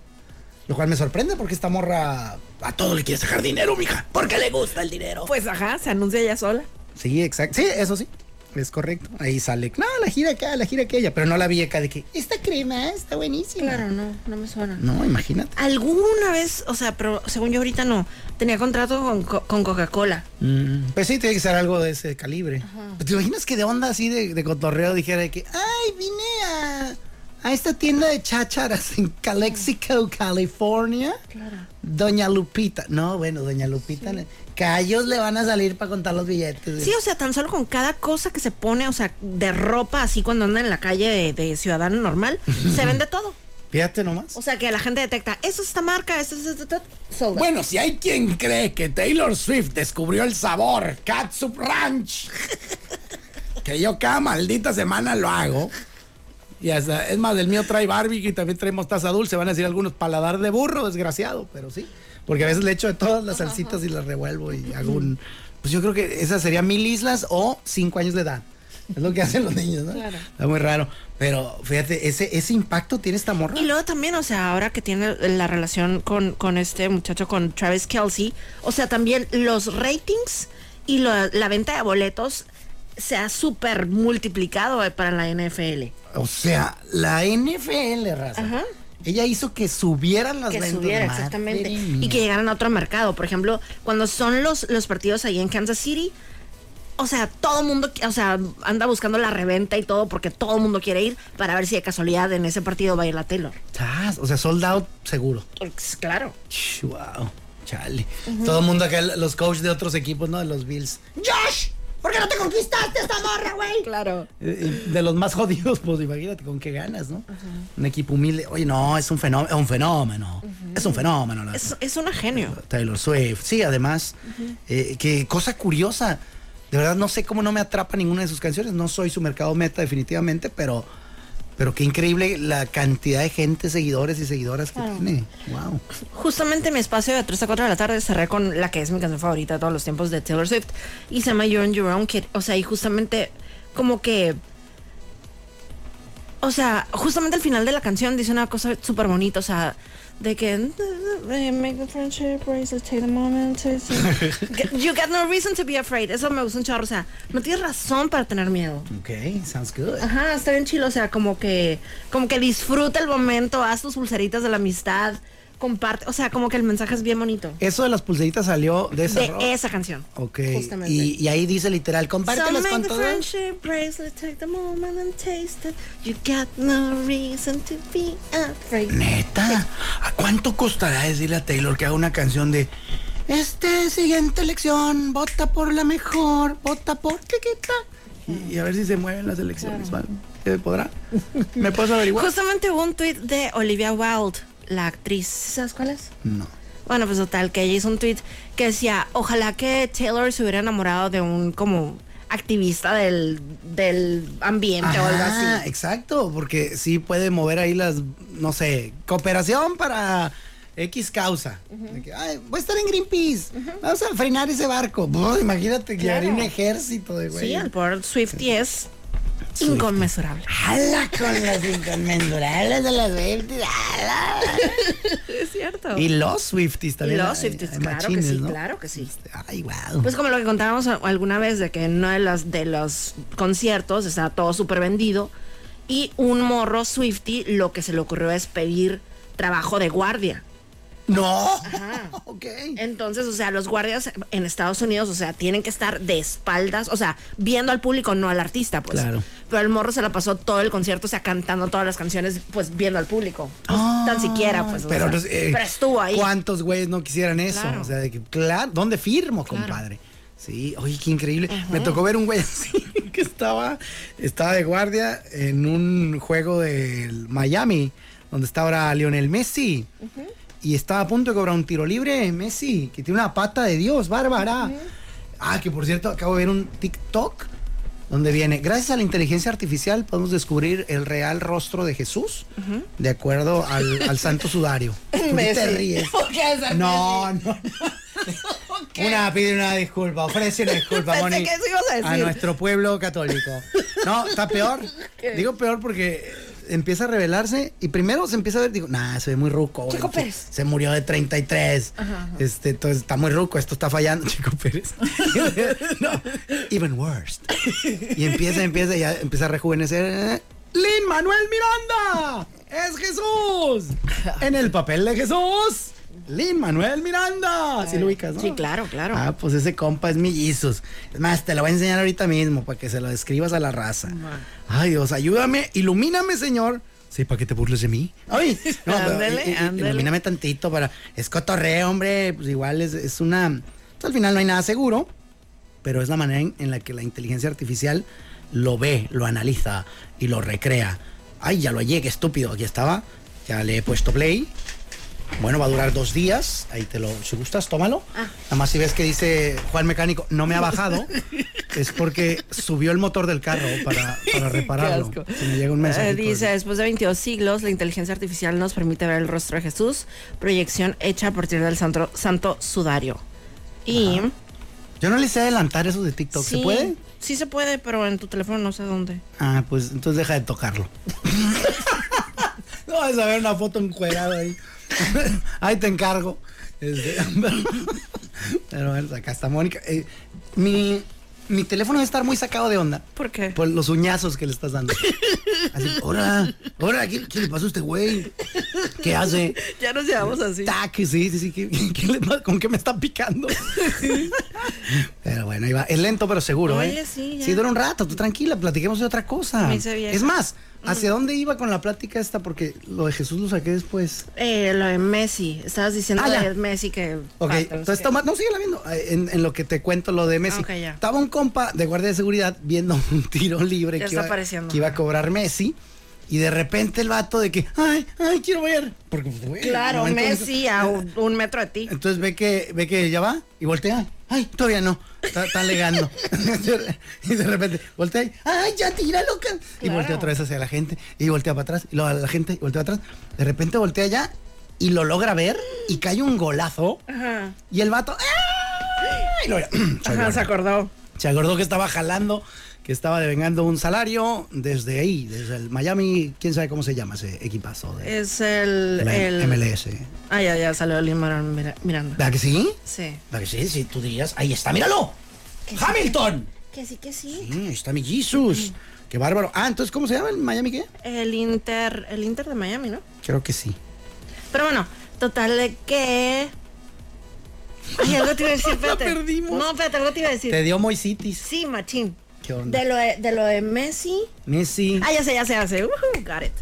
S2: Lo cual me sorprende porque esta morra a todo le quiere sacar dinero, mija. Porque le gusta el dinero.
S1: Pues ajá, se anuncia ya sola.
S2: Sí, exacto. Sí, eso sí. Es correcto. Ahí sale. No, la gira acá, la gira aquella. Pero no la vi acá de que esta crema está buenísima.
S1: Claro, no, no me suena.
S2: No, imagínate.
S1: Alguna vez, o sea, pero según yo ahorita no, tenía contrato con, Co- con Coca-Cola.
S2: Pues sí, tiene que ser algo de ese Pues, calibre. ¿Te imaginas que de onda así de, de cotorreo dijera de que, ay, vine a, a esta tienda de chácharas en Calexico, California. Doña Lupita. No, bueno, Doña Lupita. le- Callos le van a salir para contar los billetes.
S1: Sí, o sea, tan solo con cada cosa que se pone, o sea, de ropa, así cuando anda en la calle de, de ciudadano normal, se vende todo.
S2: Fíjate nomás.
S1: O sea, que la gente detecta, eso es esta marca, eso es esta...
S5: Bueno, si hay quien cree que Taylor Swift descubrió el sabor Catsup Ranch, que yo cada maldita semana lo hago.
S2: Y hasta- es más, el mío trae barbecue y también trae mostaza dulce. Van a decir algunos paladar de burro, desgraciado, pero sí. Porque a veces le echo de todas las salsitas y las revuelvo y hago un. Pues yo creo que esa sería mil islas o cinco años de edad. Es lo que hacen los niños, ¿no? Está muy raro. Pero fíjate, ese, ese impacto tiene esta morra.
S1: Y luego también, o sea, ahora que tiene la relación con, con este muchacho, con Travis Kelsey, o sea, también los ratings y la- la venta de boletos se ha súper multiplicado eh, para la NFL.
S2: O sea, la NFL, raza.
S1: Ajá.
S2: Ella hizo que subieran las
S1: que
S2: ventas.
S1: subiera
S2: Madre
S1: exactamente
S2: mía.
S1: y que llegaran a otro mercado. Por ejemplo, cuando son los, los partidos ahí en Kansas City, o sea, todo el mundo, qui- o sea, anda buscando la reventa y todo porque todo el mundo quiere ir para ver si de casualidad en ese partido va a ir la Taylor.
S2: Chas, O sea, sold out seguro.
S1: Pues, Claro.
S2: Ch, Wow, chale. Todo el mundo acá, los coaches de otros equipos, ¿no? De los Bills.
S3: ¡Josh! ¿Por qué no te conquistaste esta morra, güey?
S1: Claro.
S2: Eh, eh, De los más jodidos, pues imagínate con qué ganas, ¿no? Un equipo humilde. Oye, no, es un fenómeno. Es un fenómeno. Es un fenómeno. la-
S1: Es, es una genio.
S2: Taylor Swift. Sí, además, eh, que cosa curiosa. De verdad, no sé cómo no me atrapa ninguna de sus canciones. No soy su mercado meta, definitivamente, pero, pero qué increíble la cantidad de gente, seguidores y seguidoras que tiene. Wow.
S1: Justamente mi espacio de 3 a 4 de la tarde cerré con la que es mi canción favorita de todos los tiempos de Taylor Swift y se llama You're on Your Own Kid. O sea, y justamente como que... O sea, justamente al final de la canción dice una cosa súper bonita, o sea, de que... eh, Make a friendship, bracelet, take the moment. take the- You got no reason to be afraid. Eso me gusta un chorro, o sea, no tienes razón para tener miedo.
S2: Ok, sounds good.
S1: Ajá, está bien chilo, o sea, como que, como que disfruta el momento, haz tus pulseritas de la amistad, comparte, o sea, como que el mensaje es bien bonito.
S2: Eso de las pulseritas salió de esa.
S1: De
S2: rola.
S1: esa canción.
S2: ok.
S1: justamente.
S2: Y, y ahí dice literal,
S1: So
S2: compártelos
S1: make
S2: con
S1: the
S2: todos.
S1: friendship bracelet, take the moment and taste it. You got no reason to be afraid.
S2: Neta, ¿a cuánto costará decirle a Taylor que haga una canción de este siguiente elección, vota por la mejor, vota por chiquita? Y, y a ver si se mueven las elecciones, ¿vale? ¿Se podrá? ¿Me puedes averiguar?
S1: Justamente hubo un tweet de Olivia Wilde, la actriz. ¿Sabes cuál es?
S2: No.
S1: Bueno, pues total, que ella hizo un tweet que decía, ojalá que Taylor se hubiera enamorado de un como activista del, del ambiente o algo así.
S2: Ah, exacto, porque sí puede mover ahí las, no sé, cooperación para X causa. De que, "Ay, voy a estar en Greenpeace, vamos a frenar ese barco. Buh, imagínate que haría un ejército de güey.
S1: Sí, el poder Swifty es inconmensurable.
S2: ¡Hala con las inconmensurables de las Swifties! ¡Hala!
S1: Es cierto.
S2: Y los Swifties
S1: Y
S2: también.
S1: los
S2: hay-
S1: Swifties,
S2: hay
S1: claro que
S2: machines,
S1: sí,
S2: ¿no?
S1: claro que sí.
S2: Ay, wow.
S1: Pues como lo que contábamos a- alguna vez de que en uno de los, de los conciertos estaba todo súper vendido y un morro Swifty lo que se le ocurrió es pedir trabajo de guardia.
S2: no. ok.
S1: Entonces, o sea, los guardias en Estados Unidos, o sea, tienen que estar de espaldas, o sea, viendo al público, no al artista, pues.
S2: Claro.
S1: Pero el morro se la pasó todo el concierto, o sea, cantando todas las canciones, pues viendo al público. Pues, tan siquiera, pues. o
S2: Ah. Pero,
S1: sea,
S2: pues, eh,
S1: pero estuvo ahí.
S2: ¿Cuántos güeyes no quisieran eso?
S1: Claro.
S2: O sea, de que, claro, ¿dónde firmo, compadre? Sí, oye, qué increíble. Me tocó ver un güey así que estaba, estaba de guardia en un juego del Miami, donde está ahora Lionel Messi. Y estaba a punto de cobrar un tiro libre, Messi, que tiene una pata de Dios, bárbara. Ah, que por cierto, acabo de ver un TikTok donde viene, gracias a la inteligencia artificial podemos descubrir el real rostro de Jesús de acuerdo al, al santo sudario. ¿Por qué te ríes? No, no. Una pide una disculpa, ofrece una disculpa,
S1: Pensé
S2: Moni,
S1: que eso ibas a decir.
S2: nuestro pueblo católico. No, está peor. Digo peor porque empieza a revelarse y primero se empieza a ver, digo, nah, se ve muy ruco. güey.
S1: Chico Pérez.
S2: Se murió de 33. Este, entonces está muy ruco, esto está fallando, Chico Pérez. No, even worse. Y empieza, empieza, ya empieza a rejuvenecer. ¡Lin Manuel Miranda! ¡Es Jesús! En el papel de Jesús. Lin Manuel Miranda. Así lo ubicas, ¿no?
S1: Sí, claro, claro.
S2: Ah, pues ese compa es mi Jesus. Es más, te lo voy a enseñar ahorita mismo para que se lo describas a la raza. Ay, Dios, ayúdame, ilumíname, Señor. Sí, ¿para qué te burles de mí? Ay, no, pero,
S1: Ándele,
S2: eh, eh,
S1: ándele.
S2: ilumíname tantito para. Es cotorreo, hombre. Pues igual es, es una. pues al final no hay nada seguro, pero es la manera en, en la que la inteligencia artificial lo ve, lo analiza y lo recrea. Ay, ya lo hallé, qué estúpido. Aquí estaba. Ya le he puesto play. Bueno, va a durar dos días. Ahí te lo, si gustas, tómalo.
S1: Ah.
S2: Nada más si ves que dice Juan Mecánico, no me ha bajado, es porque subió el motor del carro para, para repararlo.
S1: Qué asco.
S2: Si me llega un mensaje.
S1: Eh, dice, después de 22 siglos, la inteligencia artificial nos permite ver el rostro de Jesús, proyección hecha a partir del santo, santo sudario. Y...
S2: Yo no le sé adelantar eso de TikTok.
S1: sí,
S2: ¿Se puede?
S1: Sí se puede, pero en tu teléfono no sé dónde.
S2: Ah, pues entonces deja de tocarlo. no vas a ver una foto encuerada ahí. ahí te encargo. Este, pero, pero bueno, acá está Mónica. Eh, mi, mi teléfono debe estar muy sacado de onda.
S1: ¿Por qué?
S2: Por los uñazos que le estás dando. Así, ahora, ahora, ¿qué, qué le pasó a este güey? ¿Qué hace?
S1: Ya nos llevamos así.
S2: Tac, sí, sí, sí. ¿qué- qué le pa- ¿Con qué me está picando? pero bueno, ahí va. Es lento, pero seguro,
S1: Oye,
S2: ¿eh?
S1: sí, ya.
S2: sí, dura un rato, tú tranquila, platiquemos de otra cosa.
S1: Me hice vieja.
S2: Es más, ¿hacia dónde iba con la plática esta? Porque lo de Jesús lo saqué después.
S1: Eh, lo de Messi. Estabas diciendo
S2: Ah, ya.
S1: de Messi que...
S2: Ok,
S1: pata, no sé
S2: entonces
S1: qué.
S2: toma, no, sigue la viendo. eh, En, en lo que te cuento lo de Messi.
S1: Ok, ya.
S2: Estaba un compa de guardia de seguridad viendo un tiro libre
S1: Ya
S2: que
S1: está
S2: iba,
S1: apareciendo.
S2: que iba a cobrar Messi. Y de repente el vato de que, ay, ay, quiero ver. Porque, pues, güey,
S1: Claro,
S2: en el momento-
S1: Messi a un, un metro de ti.
S2: Entonces ve que, ve que ya va y voltea. Ay, todavía no. Está, está legando. y de repente voltea y, ay, ya tira, loca. Y voltea otra vez hacia la gente y voltea para atrás. Y luego a la gente y voltea para atrás. De repente voltea ya y lo logra ver y cae un golazo.
S1: Ajá.
S2: Y el vato. ¡ah! Y luego ya, se
S1: Ajá, se
S2: acuerda.
S1: acordó.
S2: Se acordó que estaba jalando, que estaba devengando un salario desde ahí, desde el Miami. Quién sabe cómo se llama ese equipazo de
S1: Es el...
S2: la
S1: el
S2: MLS.
S1: Ah, ya, ya salió el Limarón Mira- Miranda.
S2: ¿Verdad que sí?
S1: Sí.
S2: ¿Verdad que sí? Si tú dirías, ahí está, míralo. ¡Hamilton!
S1: Que sí, que sí.
S2: Mm, ahí está mi Jesus. ¡Qué bárbaro! Ah, entonces, ¿cómo se llama el Miami qué?
S1: El Inter, el Inter de Miami, ¿no?
S2: Creo que sí.
S1: Pero bueno, total de que... Ay, algo te iba a decir, espérate.
S2: perdimos.
S1: No, espérate, algo te iba a decir.
S2: Te dio Moisitis.
S1: Sí, machín.
S2: ¿Qué onda?
S1: De lo de, de lo de Messi...
S2: Messi.
S1: Ah, ya sé, ya sé, ya sé. Ujú, got it.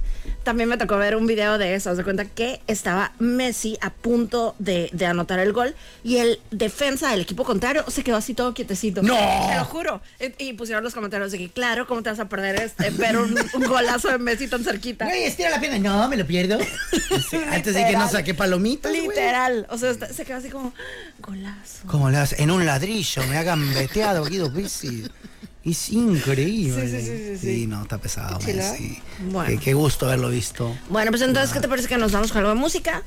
S1: También me tocó ver un video de eso. Se cuenta que estaba Messi a punto de, de anotar el gol y el defensa del equipo contrario se quedó así todo quietecito.
S2: ¡No!
S1: Te lo juro. Y- Y pusieron los comentarios de que, claro, ¿cómo te vas a perder este, ver un, un golazo de Messi tan cerquita?
S2: Güey, estira la pierna. No, me lo pierdo. Sí, antes de que no
S1: Literal.
S2: saqué palomitas. güey.
S1: Literal. O sea, está- se quedó así como, golazo.
S2: ¿Cómo le hace? En un ladrillo, me ha gambeteado Guido Pizzi. Es increíble.
S1: Sí, sí, sí, sí, sí.
S2: Sí, no, está pesado.
S1: Qué chido.
S2: Messi.
S1: Bueno.
S2: Qué, qué gusto haberlo visto.
S1: Bueno, pues entonces, ¿qué te parece que nos vamos con algo de música?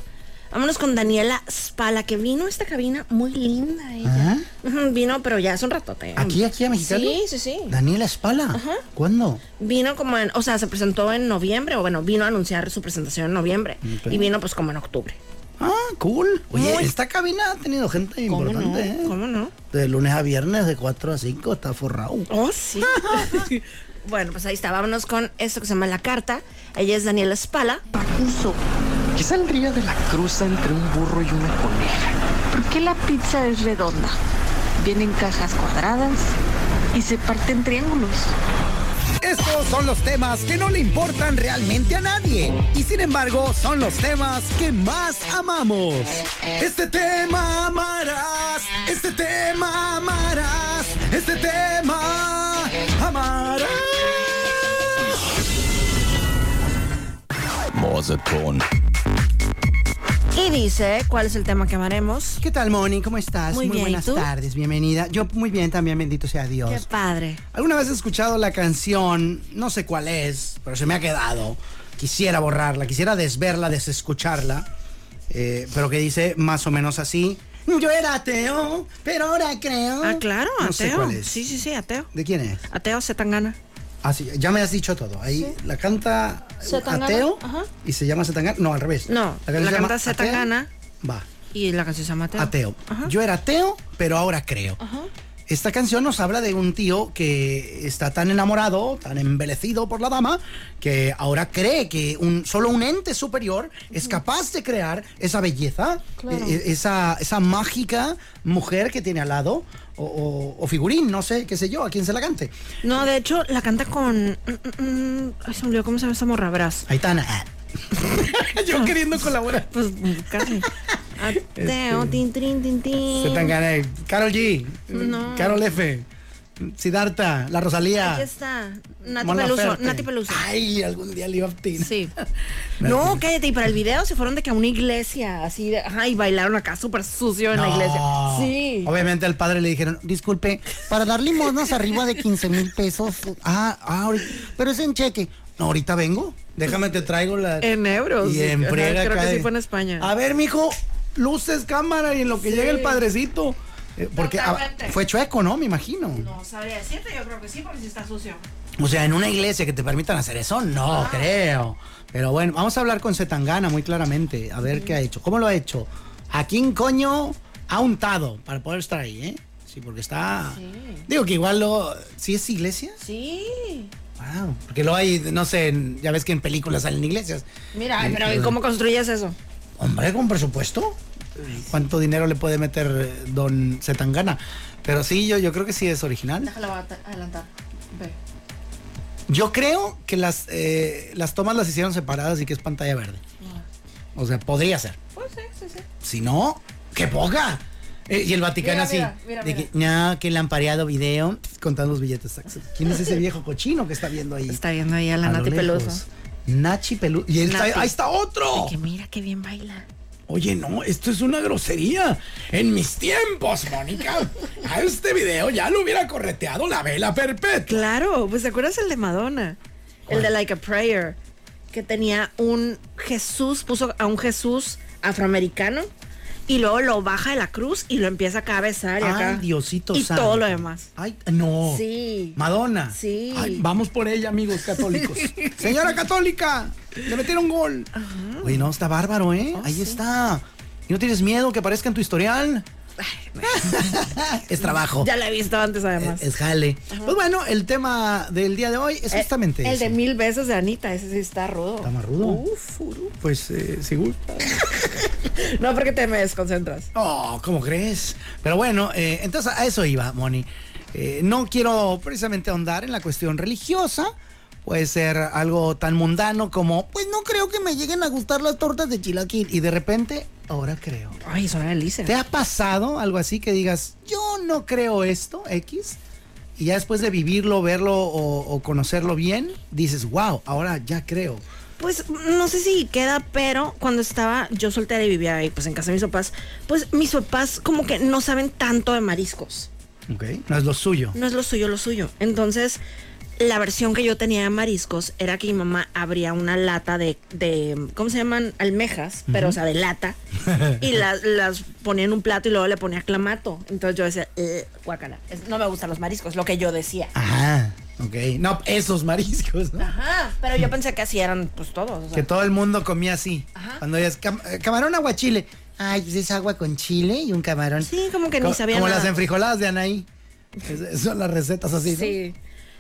S1: Vámonos con Daniela Spala, que vino a esta cabina muy linda
S2: ¿Ah?
S1: ella. Ujú, Vino, pero ya hace un ratote.
S2: ¿Aquí, aquí a Mexicali?
S1: Sí, sí, sí.
S2: Daniela Espala. ¿Cuándo?
S1: Vino como en, o sea, se presentó en noviembre, o bueno, vino a anunciar su presentación en noviembre.
S2: Ok.
S1: Y vino pues como en octubre.
S2: Ah, cool. Oye,
S1: Muy-
S2: esta cabina ha tenido gente
S1: ¿Cómo
S2: importante,
S1: no?
S2: ¿eh?
S1: ¿Cómo no?
S2: De lunes a viernes, de 4 a 5, está forrado.
S1: Oh, sí. bueno, pues ahí está. Vámonos con esto que se llama La Carta. Ella es Daniela Spala.
S6: ¿Qué saldría de la cruza entre un burro y una coneja?
S7: ¿Por qué la pizza es redonda? Viene en cajas cuadradas y se parte en triángulos.
S2: Estos son los temas que no le importan realmente a nadie. Y sin embargo, son los temas que más amamos. Este tema amarás. Este tema amarás. Este tema amarás.
S8: Morseton.
S1: Y dice cuál es el tema que amaremos.
S2: ¿Qué tal, Moni? ¿Cómo estás?
S1: Muy bien, ¿y
S2: buenas
S1: tú?
S2: tardes. Bienvenida. Yo muy bien también, bendito sea Dios.
S1: Qué padre.
S2: ¿Alguna vez has escuchado la canción? No sé cuál es, pero se me ha quedado. Quisiera borrarla, quisiera desverla, desescucharla. eh, pero que dice más o menos así. Yo era ateo, pero ahora creo.
S1: Ah, claro,
S2: No
S1: ateo.
S2: sé cuál es.
S1: Sí, sí, sí, ateo.
S2: ¿De quién es?
S1: Ateo se tan gana.
S2: Ah, sí, ya me has dicho todo. Ahí la canta eh,
S1: Zetangana,
S2: ateo
S1: ajá.
S2: y se llama Zetangana. No, al revés.
S1: No,
S2: canción
S1: la
S2: se llama
S1: canta
S2: Ateo,
S1: Zetangana.
S2: Va,
S1: Y la canción se llama Ateo.
S2: ateo.
S1: Ajá.
S2: Yo era ateo, pero ahora creo. Esta canción nos habla de un tío que está tan enamorado, tan embelecido por la dama, que ahora cree que un, solo un ente superior es capaz de crear esa belleza,
S7: Claro.
S2: e- e- esa, esa mágica mujer que tiene al lado, o, o- o figurín, no sé, qué sé yo, a quién se la cante.
S1: No, de hecho, la canta con. mm, mm, mm, Ay, se me olvidó cómo se llama esa morra, Brás.
S2: Aitana. yo queriendo colaborar.
S1: Pues mm, casi. Ateo, Ah, tin, trin, tin, tin.
S2: Este, Se tan gana, eh, Carol G,
S1: No.
S2: Carol F, Sidarta, La Rosalía.
S1: Aquí está. Nati
S2: Mon
S1: Peluso.
S2: Laferte.
S1: Nati Peluso.
S2: Ay, algún día le iba a obtener.
S1: Sí. No, cállate. Y para el video se fueron de que a una iglesia, así de. Ajá, y bailaron acá súper sucio en la iglesia.
S2: No.
S1: Sí.
S2: Obviamente al padre le dijeron, disculpe,
S3: Para dar limosnas arriba de 15 mil pesos.
S2: ah, ah, ahori-
S3: Pero es en cheque.
S2: no, ahorita vengo, déjame te traigo la...
S1: En euros.
S2: Y
S1: sí.
S2: en
S1: Ajá,
S2: friega
S1: Creo
S2: acá
S1: que sí
S2: de-
S1: fue en España.
S2: A ver, mijo, luces, cámara y en lo que llegue el padrecito. Eh, Porque ah,
S1: Totalmente.
S2: fue chueco, ¿no? Me imagino.
S1: No sabría decirte, yo creo que sí, porque sí está sucio.
S2: O sea, en una iglesia que te permitan hacer eso, no creo. Pero bueno, vamos a hablar con Zetangana muy claramente, a ver qué ha hecho. ¿Cómo lo ha hecho? ¿A quién coño ha untado para poder estar ahí, eh? Sí, porque está... Digo que igual lo... ¿Sí es iglesia?
S1: Sí.
S2: Wow, porque lo hay, no sé, en- ya ves que en películas salen iglesias.
S1: Mira, ay, pero ¿y cómo construyes eso?
S2: Hombre, con presupuesto. ¿Cuánto dinero le puede meter eh, don Zetangana? Pero sí, yo, yo creo que sí es original.
S1: Déjala voy a adelantar. Ve.
S2: Yo creo que las, eh, las tomas las hicieron separadas y que es pantalla verde. O sea, podría ser.
S1: Ah. Pues sí, sí, sí.
S2: Si no, ¡qué poca! Eh, y el Vaticano
S1: Mira,
S2: así.
S1: mira, mira,
S2: de que, no, que lampareado video. pues, Contando los billetes. ¿Quién es ese viejo cochino que está viendo ahí?
S1: Está viendo ahí a
S2: A
S1: la
S2: lo
S1: Nati
S2: lejos.
S1: Peluso.
S2: Nachi Peluso. Y él está-
S1: Nati.
S2: ahí está otro.
S1: Que mira qué bien baila.
S5: Oye, no, esto es una grosería. En mis tiempos, Mónica, a este video ya lo hubiera correteado la vela perpetua.
S1: Claro, pues ¿te acuerdas el de Madonna? El de Like a Prayer. Que tenía un Jesús, puso a un Jesús afroamericano y luego lo baja de la cruz y lo empieza acá a besar y acá.
S2: Ay, Diosito
S1: Y
S2: santo.
S1: todo lo demás.
S2: Ay, no.
S1: Sí.
S2: Madonna.
S1: Sí.
S2: Ay, vamos por ella, amigos católicos. Señora católica, le metieron gol. Oye, no, está bárbaro, ¿eh?
S1: Oh,
S2: Ahí está. ¿Y no tienes miedo que aparezca en tu historial? es trabajo.
S1: Ya la he visto antes además. Eh,
S2: Es, es jale. Pues bueno, el tema del día de hoy es justamente
S1: El, el de
S2: eso.
S1: mil besos de Anita, ese sí está rudo. Uh.
S2: Está más rudo.
S1: Uf, uru.
S2: Pues eh, si gusta.
S1: No, porque te me desconcentras.
S2: Oh, ¿cómo crees? Pero bueno, eh, entonces a eso iba, Moni. Eh, no quiero precisamente ahondar en la cuestión religiosa. Puede ser algo tan mundano como, pues no creo que me lleguen a gustar las tortas de chilaquil. Y de repente, ahora creo.
S1: Ay, eso era delicia.
S2: ¿Te ha pasado algo así que digas, yo no creo esto, X? Y ya después de vivirlo, verlo o, o conocerlo bien, dices, wow, ahora ya creo.
S1: Pues no sé si queda, pero cuando estaba yo soltera y vivía ahí, pues en casa de mis papás, pues mis papás como que no saben tanto de mariscos.
S2: Ok. No es lo suyo.
S1: No es lo suyo, lo suyo. Entonces, la versión que yo tenía de mariscos era que mi mamá abría una lata de, de ¿cómo se llaman? Almejas, pero o sea, de lata. y las, las ponía en un plato y luego le ponía clamato. Entonces yo decía, eh, guácala, es- no me gustan los mariscos, lo que yo decía.
S2: Ajá. Ok. No, esos mariscos, ¿no?
S1: Ajá, pero yo pensé que así eran pues todos. o sea.
S2: Que todo el mundo comía así.
S1: Ajá.
S2: Cuando ellas, cam- eh, camarón aguachile. Ay, pues es agua con chile y un camarón.
S1: Sí, como que ni
S2: Co-
S1: sabía
S2: Como
S1: nada.
S2: las enfrijoladas de Anaí. Es- son las recetas así, ¿no?
S1: Sí.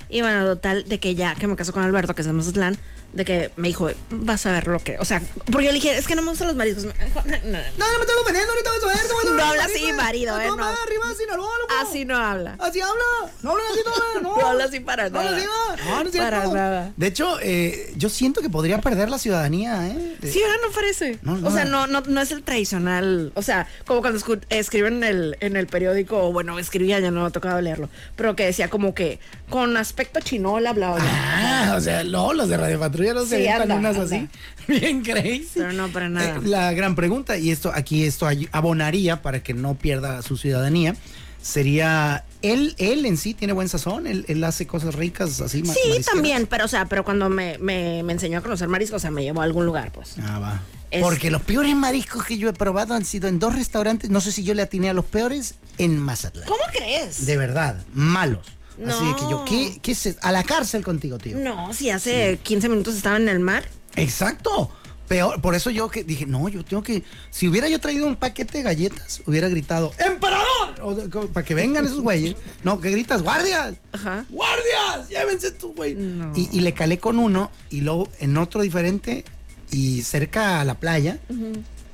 S1: Y bueno, total, de que ya que me casó con Alberto, que es de Mazatlán, de que me dijo, vas a ver lo que. O sea, porque yo le dije, es que no me gustan los mariscos. Me dijo, "No, no, no".
S2: No, no me tengo veneno, ahorita vas a ver. te voy a
S1: No
S2: ver,
S1: habla
S2: arriba,
S1: así, marido,
S2: no,
S1: eh,
S2: toma,
S1: no.
S2: arriba, Sinaloa, loco.
S1: Así no habla.
S2: Así habla. No habla así, toma, no.
S1: No habla así para
S2: No habla
S1: nada.
S2: así, va. No, no es cierto.
S1: Para nada.
S2: De hecho, eh, yo siento que podría perder la ciudadanía, ¿eh?
S1: Sí, ahora no parece.
S2: No, no.
S1: O sea, no, no, no es el tradicional. O sea, como cuando escu- escriben en el, en el periódico, o bueno, escribía, ya no me ha tocado leerlo, pero que decía como que con aspecto chinola, bla, bla, bla.
S2: Ah, o sea, no, los de Radio Patrulla no se
S1: Sí,
S2: avientan
S1: anda,
S2: unas
S1: anda.
S2: así. Bien crazy. Eh,
S1: Pero no, para nada.
S2: la gran pregunta, y esto aquí esto ay- abonaría para que no pierda su ciudadanía, sería él, él en sí tiene buen sazón, él, él hace cosas ricas así ma-
S1: Sí,
S2: marisqueras.
S1: también, pero o sea, pero cuando me, me, me enseñó a conocer mariscos, o sea, me llevó a algún lugar, pues.
S2: Ah, va.
S1: Es-
S2: Porque los peores mariscos que yo he probado han sido en dos restaurantes, no sé si yo le atiné a los peores, en Mazatlán.
S1: ¿Cómo crees?
S2: De verdad, malos. Así de que yo,
S1: No.
S2: ¿qué, qué es? eso? A la cárcel contigo, tío.
S1: No, si hace 15 minutos estaba en el mar.
S2: Exacto. Peor, por eso yo que dije, no, yo tengo que. Si hubiera yo traído un paquete de galletas, hubiera gritado, ¡Emperador! O de- co- para que vengan esos güeyes. No, que gritas, ¡guardias!
S1: Ajá.
S2: ¡Guardias! ¡Llévense tu güey! Y, y le calé con uno y luego en otro diferente y cerca a la playa.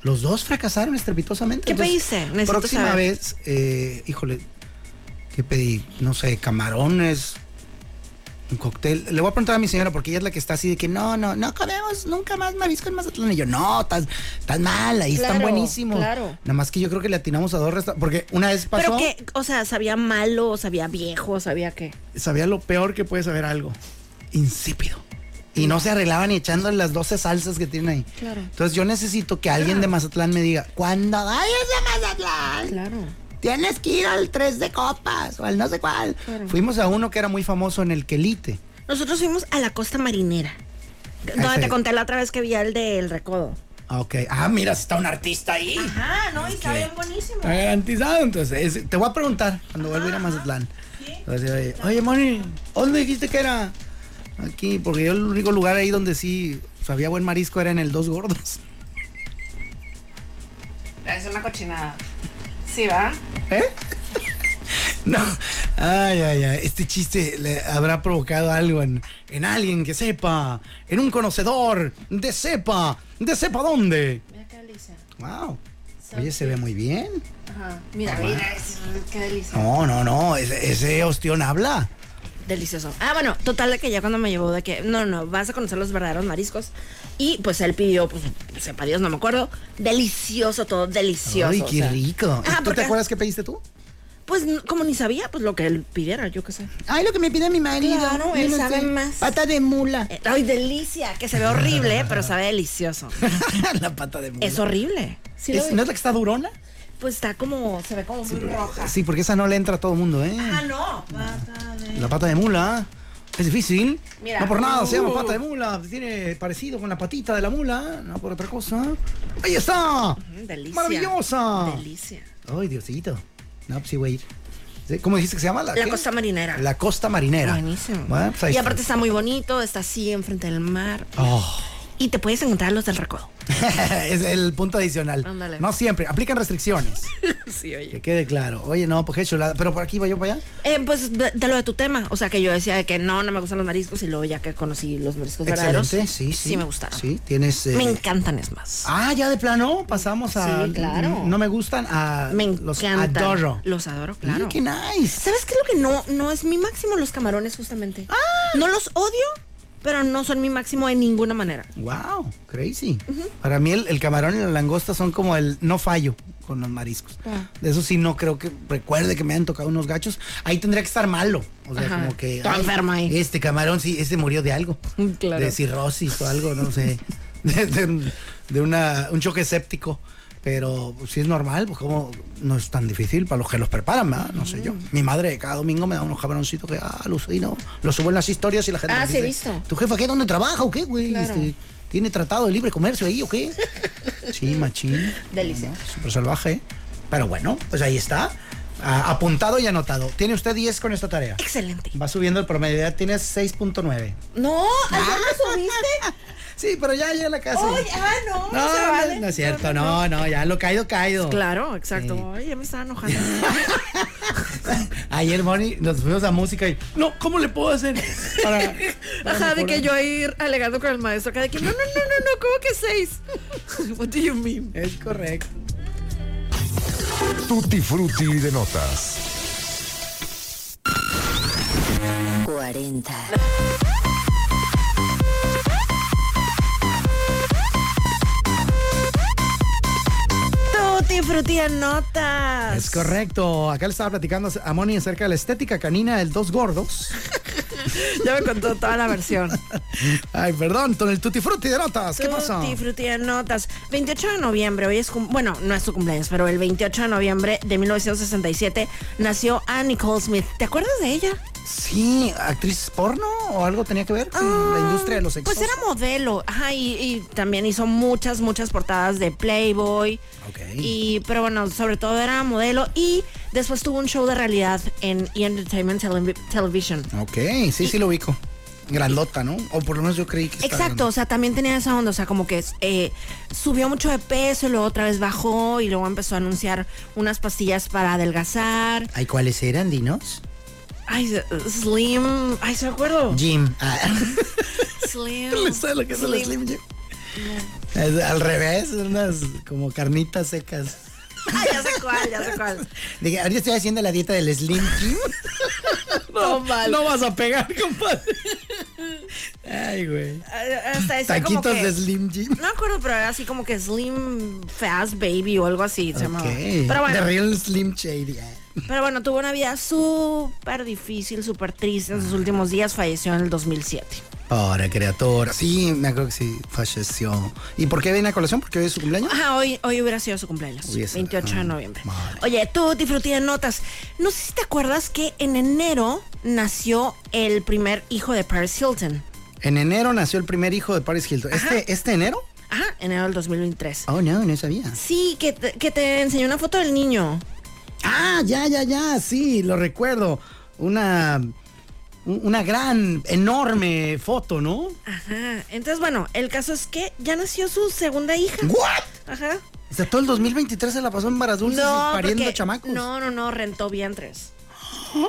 S2: Los dos fracasaron estrepitosamente.
S1: ¿Qué pediste? Necesito
S2: próxima
S1: saber.
S2: vez, eh, híjole, ¿qué pedí? No sé, camarones, un cóctel. Le voy a preguntar a mi señora porque ella es la que está así de que no, no, no comemos nunca más marisco en Mazatlán. Y yo, no, estás, estás mal, ahí están
S1: Claro,
S2: buenísimos.
S1: claro.
S2: Nada más que yo creo que le atinamos a dos restaurantes. Porque una vez pasó,
S1: Pero que, o sea, sabía malo, sabía viejo, sabía qué.
S2: sabía lo peor que puede saber algo. Insípido. Y no se arreglaban ni echándole las 12 salsas que tienen ahí.
S1: Claro.
S2: Entonces yo necesito que alguien de Mazatlán me diga, cuando vayas a Mazatlán,
S1: Claro.
S2: Tienes que ir al 3 de copas o al no sé cuál. Fuimos a uno que era muy famoso en el Quelite.
S1: Nosotros fuimos a la costa marinera. No,
S2: Ese-
S1: te conté la otra vez que vi al del recodo.
S2: Ah, ok. Ah, mira, está un artista ahí.
S1: Ah, no, y está bien buenísimo.
S2: Ah.
S5: Está garantizado, entonces.
S2: Es- te voy a preguntar cuando vuelva a ir a Mazatlán.
S1: Ah,
S2: Voy a decir, oye, oye, Moni, ¿dónde dijiste que era? Aquí, porque yo el único lugar ahí donde sí sabía buen marisco era en el Dos Gordos.
S1: Ah, Es una cochinada. Sí, va.
S2: ¿Eh? No. Ay, ay, ay. Este chiste le habrá provocado algo en, en alguien que sepa, en un conocedor, de sepa, de sepa dónde.
S1: Mira qué delicia.
S2: Wow. Oye, se ve muy bien.
S1: Ajá. Mira, mira, es- qué delicia.
S2: No, no, no. Ese, ese ostión habla.
S1: Delicioso. Ah, bueno, total de que ya cuando me llevó de que, no, no, vas a conocer los verdaderos mariscos. Y pues él pidió, pues, sepa Dios, no me acuerdo. Delicioso todo, delicioso.
S2: Ay,
S1: o
S2: qué
S1: sea.
S2: rico.
S1: Ah,
S2: ¿Tú
S1: porque-
S2: te acuerdas qué pediste tú?
S1: Pues n- como ni sabía, pues lo que él pidiera, yo qué sé.
S3: Ay, lo que me pide mi marido.
S1: Claro, él
S3: Yo no
S1: sabe
S3: sé.
S1: más.
S3: Pata de mula.
S1: Eh, Ay, delicia, que se ve horrible, pero sabe delicioso.
S2: la pata de mula.
S1: Es horrible. Sí, lo
S2: Es-
S1: vi.
S2: ¿No es la que está durona?
S1: Pues está como, se ve como muy roja.
S2: Sí, porque esa no le entra a todo el mundo, ¿eh?
S1: Ah, no. Pata de-
S2: La pata de mula. Es difícil.
S1: Mira. Uh.
S2: No por nada, se llama pata de mula. Tiene parecido con la patita de la mula. No por otra cosa. ¡Ahí está!
S1: Mm, Delicia.
S2: ¡Maravillosa!
S1: Delicia.
S2: ¡Ay, Diosito! No, pues sí, voy a ir. ¿Sí? ¿Cómo dijiste que se llama?
S1: La
S2: qué?
S1: costa marinera.
S2: La costa marinera.
S1: Buenísimo.
S2: Bueno, pues ahí
S1: y
S2: está.
S1: aparte está muy bonito, está así enfrente del mar.
S2: Oh.
S1: Y te puedes encontrar los del recodo.
S2: es el punto adicional.
S1: Ándale.
S2: No siempre, aplican restricciones.
S1: Sí, oye.
S2: Que quede claro. Oye, no, pues qué chulada. Pero por aquí va yo para allá.
S1: pues de, de lo de tu tema. O sea, que yo decía de que no, no me gustan los mariscos. Y luego ya que conocí los mariscos verdaderos.
S2: Excelente, sí, sí.
S1: Sí, me gustaron.
S2: Sí, tienes. eh,
S1: Me encantan, es más.
S2: Ah, ya de plano pasamos a.
S1: Sí, claro.
S2: No me gustan a.
S1: me
S2: Los
S1: encantan.
S2: adoro.
S1: Los Ah, adoro,
S2: Mira,
S1: claro.
S2: qué nice.
S1: ¿Sabes qué es lo que no, no es mi máximo? Los camarones, justamente. No los odio, pero no son mi máximo de ninguna manera.
S2: Wow, crazy. Para mí el, el camarón y la langosta son como el no fallo con los mariscos.
S1: Ah.
S2: De eso sí no creo que recuerde que me hayan tocado unos gachos. Ahí tendría que estar malo. O sea,
S1: Ajá.
S2: como que.
S1: Todo
S2: ay,
S1: enfermo ahí.
S2: Este camarón sí, este murió de algo.
S1: Mm, claro.
S2: De cirrosis o algo, no sé. De, de un- de una, un choque séptico. Pero si es normal, pues como no es tan difícil para los que los preparan, ¿verdad? No sé
S1: Mm.
S2: yo. Mi madre cada domingo me da unos camaroncitos que ah, alucino. Los subo en las historias y la gente
S1: Ah,
S2: me
S1: sí, he
S2: dice,
S1: visto.
S2: ¿Tu jefa qué? ¿Dónde trabaja o qué, güey?
S1: Claro.
S2: Este, ¿Tiene tratado de libre comercio ahí o qué? Sí, machín.
S1: Delicioso.
S2: No, Súper salvaje. ¿eh? Pero bueno, pues ahí está. Ah, apuntado y anotado. Tiene usted 10 con esta tarea.
S1: Excelente.
S2: Va subiendo el promedio. Ya tienes 6.9.
S1: No, ¿ya lo subiste?
S2: Sí, pero ya llega a la casa.
S1: Oye, ah, no,
S2: No,
S1: se
S2: no,
S1: vale.
S2: no es cierto, no, no, ya lo caído, caído.
S1: Claro, exacto.
S2: Sí.
S1: Ay, ya me estaba enojando.
S2: Ayer, Moni, nos fuimos a música y, no, ¿cómo le puedo hacer? para- para
S1: Ajá, de
S2: mejorar?
S1: que yo ahí alegando con el maestro acá de que no, no, no, no, no, ¿cómo que seis? What do you mean?
S2: Es correcto.
S9: Tutti Frutti de notas.
S8: 40.
S1: Tutti frutti en notas.
S2: Es correcto. Acá le estaba platicando a Moni acerca de la estética canina del dos gordos.
S1: Ya me contó toda la versión.
S2: Ay, perdón, con el tutti frutti de notas. ¿Qué pasó?
S1: Tutti frutti en notas. 28 de noviembre, hoy es cum- bueno, no es su cumpleaños, pero el 28 de noviembre de 1967 nació Ann Nicole Smith. ¿Te acuerdas de ella?
S2: Sí, actriz porno o algo tenía que ver con la industria de los sexos.
S1: Pues era modelo, ajá, y, y también hizo muchas, muchas portadas de Playboy.
S2: Ok.
S1: Y, pero bueno, sobre todo era modelo y después tuvo un show de realidad en E! Entertainment Televi- Television.
S2: Ok, sí, sí lo ubico. grandota, ¿no? O por lo menos yo creí que estaba
S1: Exacto, o sea, también tenía esa onda, o sea, como que eh, subió mucho de peso, y luego otra vez bajó y luego empezó a anunciar unas pastillas para adelgazar.
S3: Ay, ¿cuáles eran, dinos?
S1: Ay, eh, Slim, ay, se me acuerdo.
S3: Jim.
S1: Slim.
S2: grandota. ¿Sabes Ah, lo que es el Slim Jim? Es al revés, unas como carnitas secas.
S1: Ay, ya sé cuál, ya sé cuál.
S3: Dije, ahorita estoy haciendo la dieta del Slim Jim.
S2: No, no vas a pegar, compadre. Ay, güey.
S1: Eh, Hasta decía como
S2: Taquitos
S1: que-
S2: de Slim Jim.
S1: No me acuerdo, pero era así como que Slim Fast Baby o algo así se llamaba.
S2: Ok.
S1: Pero
S2: The
S1: bueno,
S2: Real Slim Shady. ah.
S1: pero bueno, tuvo una vida súper difícil, súper triste en sus últimos días. Falleció en el 2007.
S2: Ahora, criatura. Sí, me acuerdo que sí, falleció. ¿Y por qué viene a colación? Porque hoy es su cumpleaños.
S1: Ajá, hoy, hoy hubiera sido su cumpleaños.
S2: Hubiese-
S1: 28 de
S2: ah,
S1: noviembre.
S2: madre.
S1: Oye, tú disfruté de notas. No sé si te acuerdas que en enero nació el primer hijo de Paris Hilton.
S2: En enero nació el primer hijo de Paris Hilton. ¿Este, ¿Este enero?
S1: Ajá, enero del 2023.
S2: Oh, no, no sabía.
S1: Sí, que te, que te enseñó una foto del niño.
S2: Ah, ya, ya, ya, sí, lo recuerdo. Una, un- una gran, enorme foto, ¿no?
S1: Ajá. Entonces, bueno, el caso es que ya nació su segunda hija.
S2: ¿What?
S1: Ajá.
S2: O sea, todo el 2023 se la pasó en varas dulces y pariendo
S1: porque-
S2: chamacos. ¿Ah?
S1: No, no, no, rentó vientres.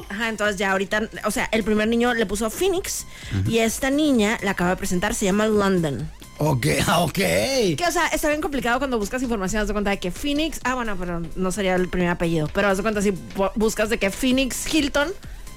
S1: Ajá, entonces ya ahorita, o sea, el primer niño le puso Phoenix y esta niña la acaba de presentar, se llama London.
S2: Ok, ah, ok.
S1: Que, o sea, está bien complicado cuando buscas información, haz de cuenta de que Phoenix, ah, bueno, pero no sería el primer apellido, pero haz de cuenta si bu- buscas de que Phoenix Hilton,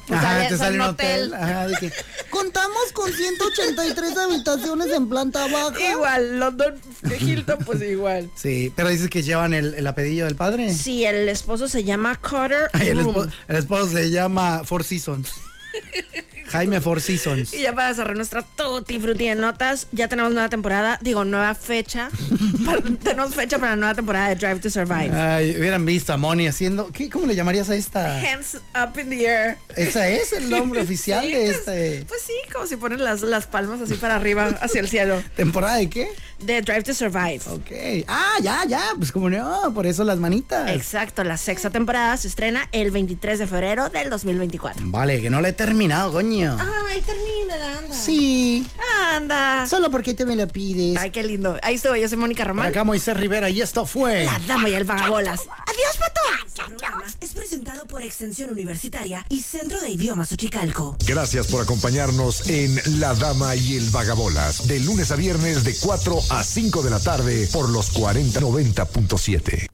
S1: te sale- sale un hotel.
S2: Ajá, de que,
S3: Contamos con 183 habitaciones en planta baja.
S1: Igual, London Hilton, pues igual.
S2: sí, pero dices que llevan el, el apellido del padre.
S1: Sí, el esposo se llama Carter
S2: Ay, el,
S1: Broom.
S2: esposo, el esposo se llama Four Seasons. Jaime Four Seasons.
S1: Y ya para cerrar nuestra tutti frutti de notas, ya tenemos nueva temporada, digo, nueva fecha. Para- tenemos fecha para la nueva temporada de Drive to Survive.
S2: Ay, hubieran visto a Moni haciendo. ¿qué, ¿Cómo le llamarías a esta?
S1: Hands up in the air.
S2: Esa es el nombre oficial
S1: Sí,
S2: de
S1: pues-
S2: este.
S1: Pues sí, como si ponen las, las palmas así para arriba, hacia el cielo.
S2: ¿Temporada de qué?
S1: De Drive to Survive.
S2: Ok. Ah, ya, ya. Pues como no, por eso las manitas.
S1: Exacto, la sexta temporada se estrena el 23 de febrero del 2024.
S2: Vale, que no la he terminado, coño.
S1: Ay, termina, anda.
S2: Sí.
S1: Anda.
S3: Solo porque te me lo pides.
S1: Ay, qué lindo. Ahí estuvo, yo soy Mónica
S2: Por
S1: Román.
S2: acá Moisés Rivera y esto fue.
S1: La dama y el vagabolas.
S8: ¡Adiós, pato!
S1: Es presentado por Extensión Universitaria y Centro de Idiomas Uchicalco.
S9: Gracias por acompañarnos en La Dama y el Vagabolas, de lunes a viernes de 4 a 5 de la tarde por los 4090.7.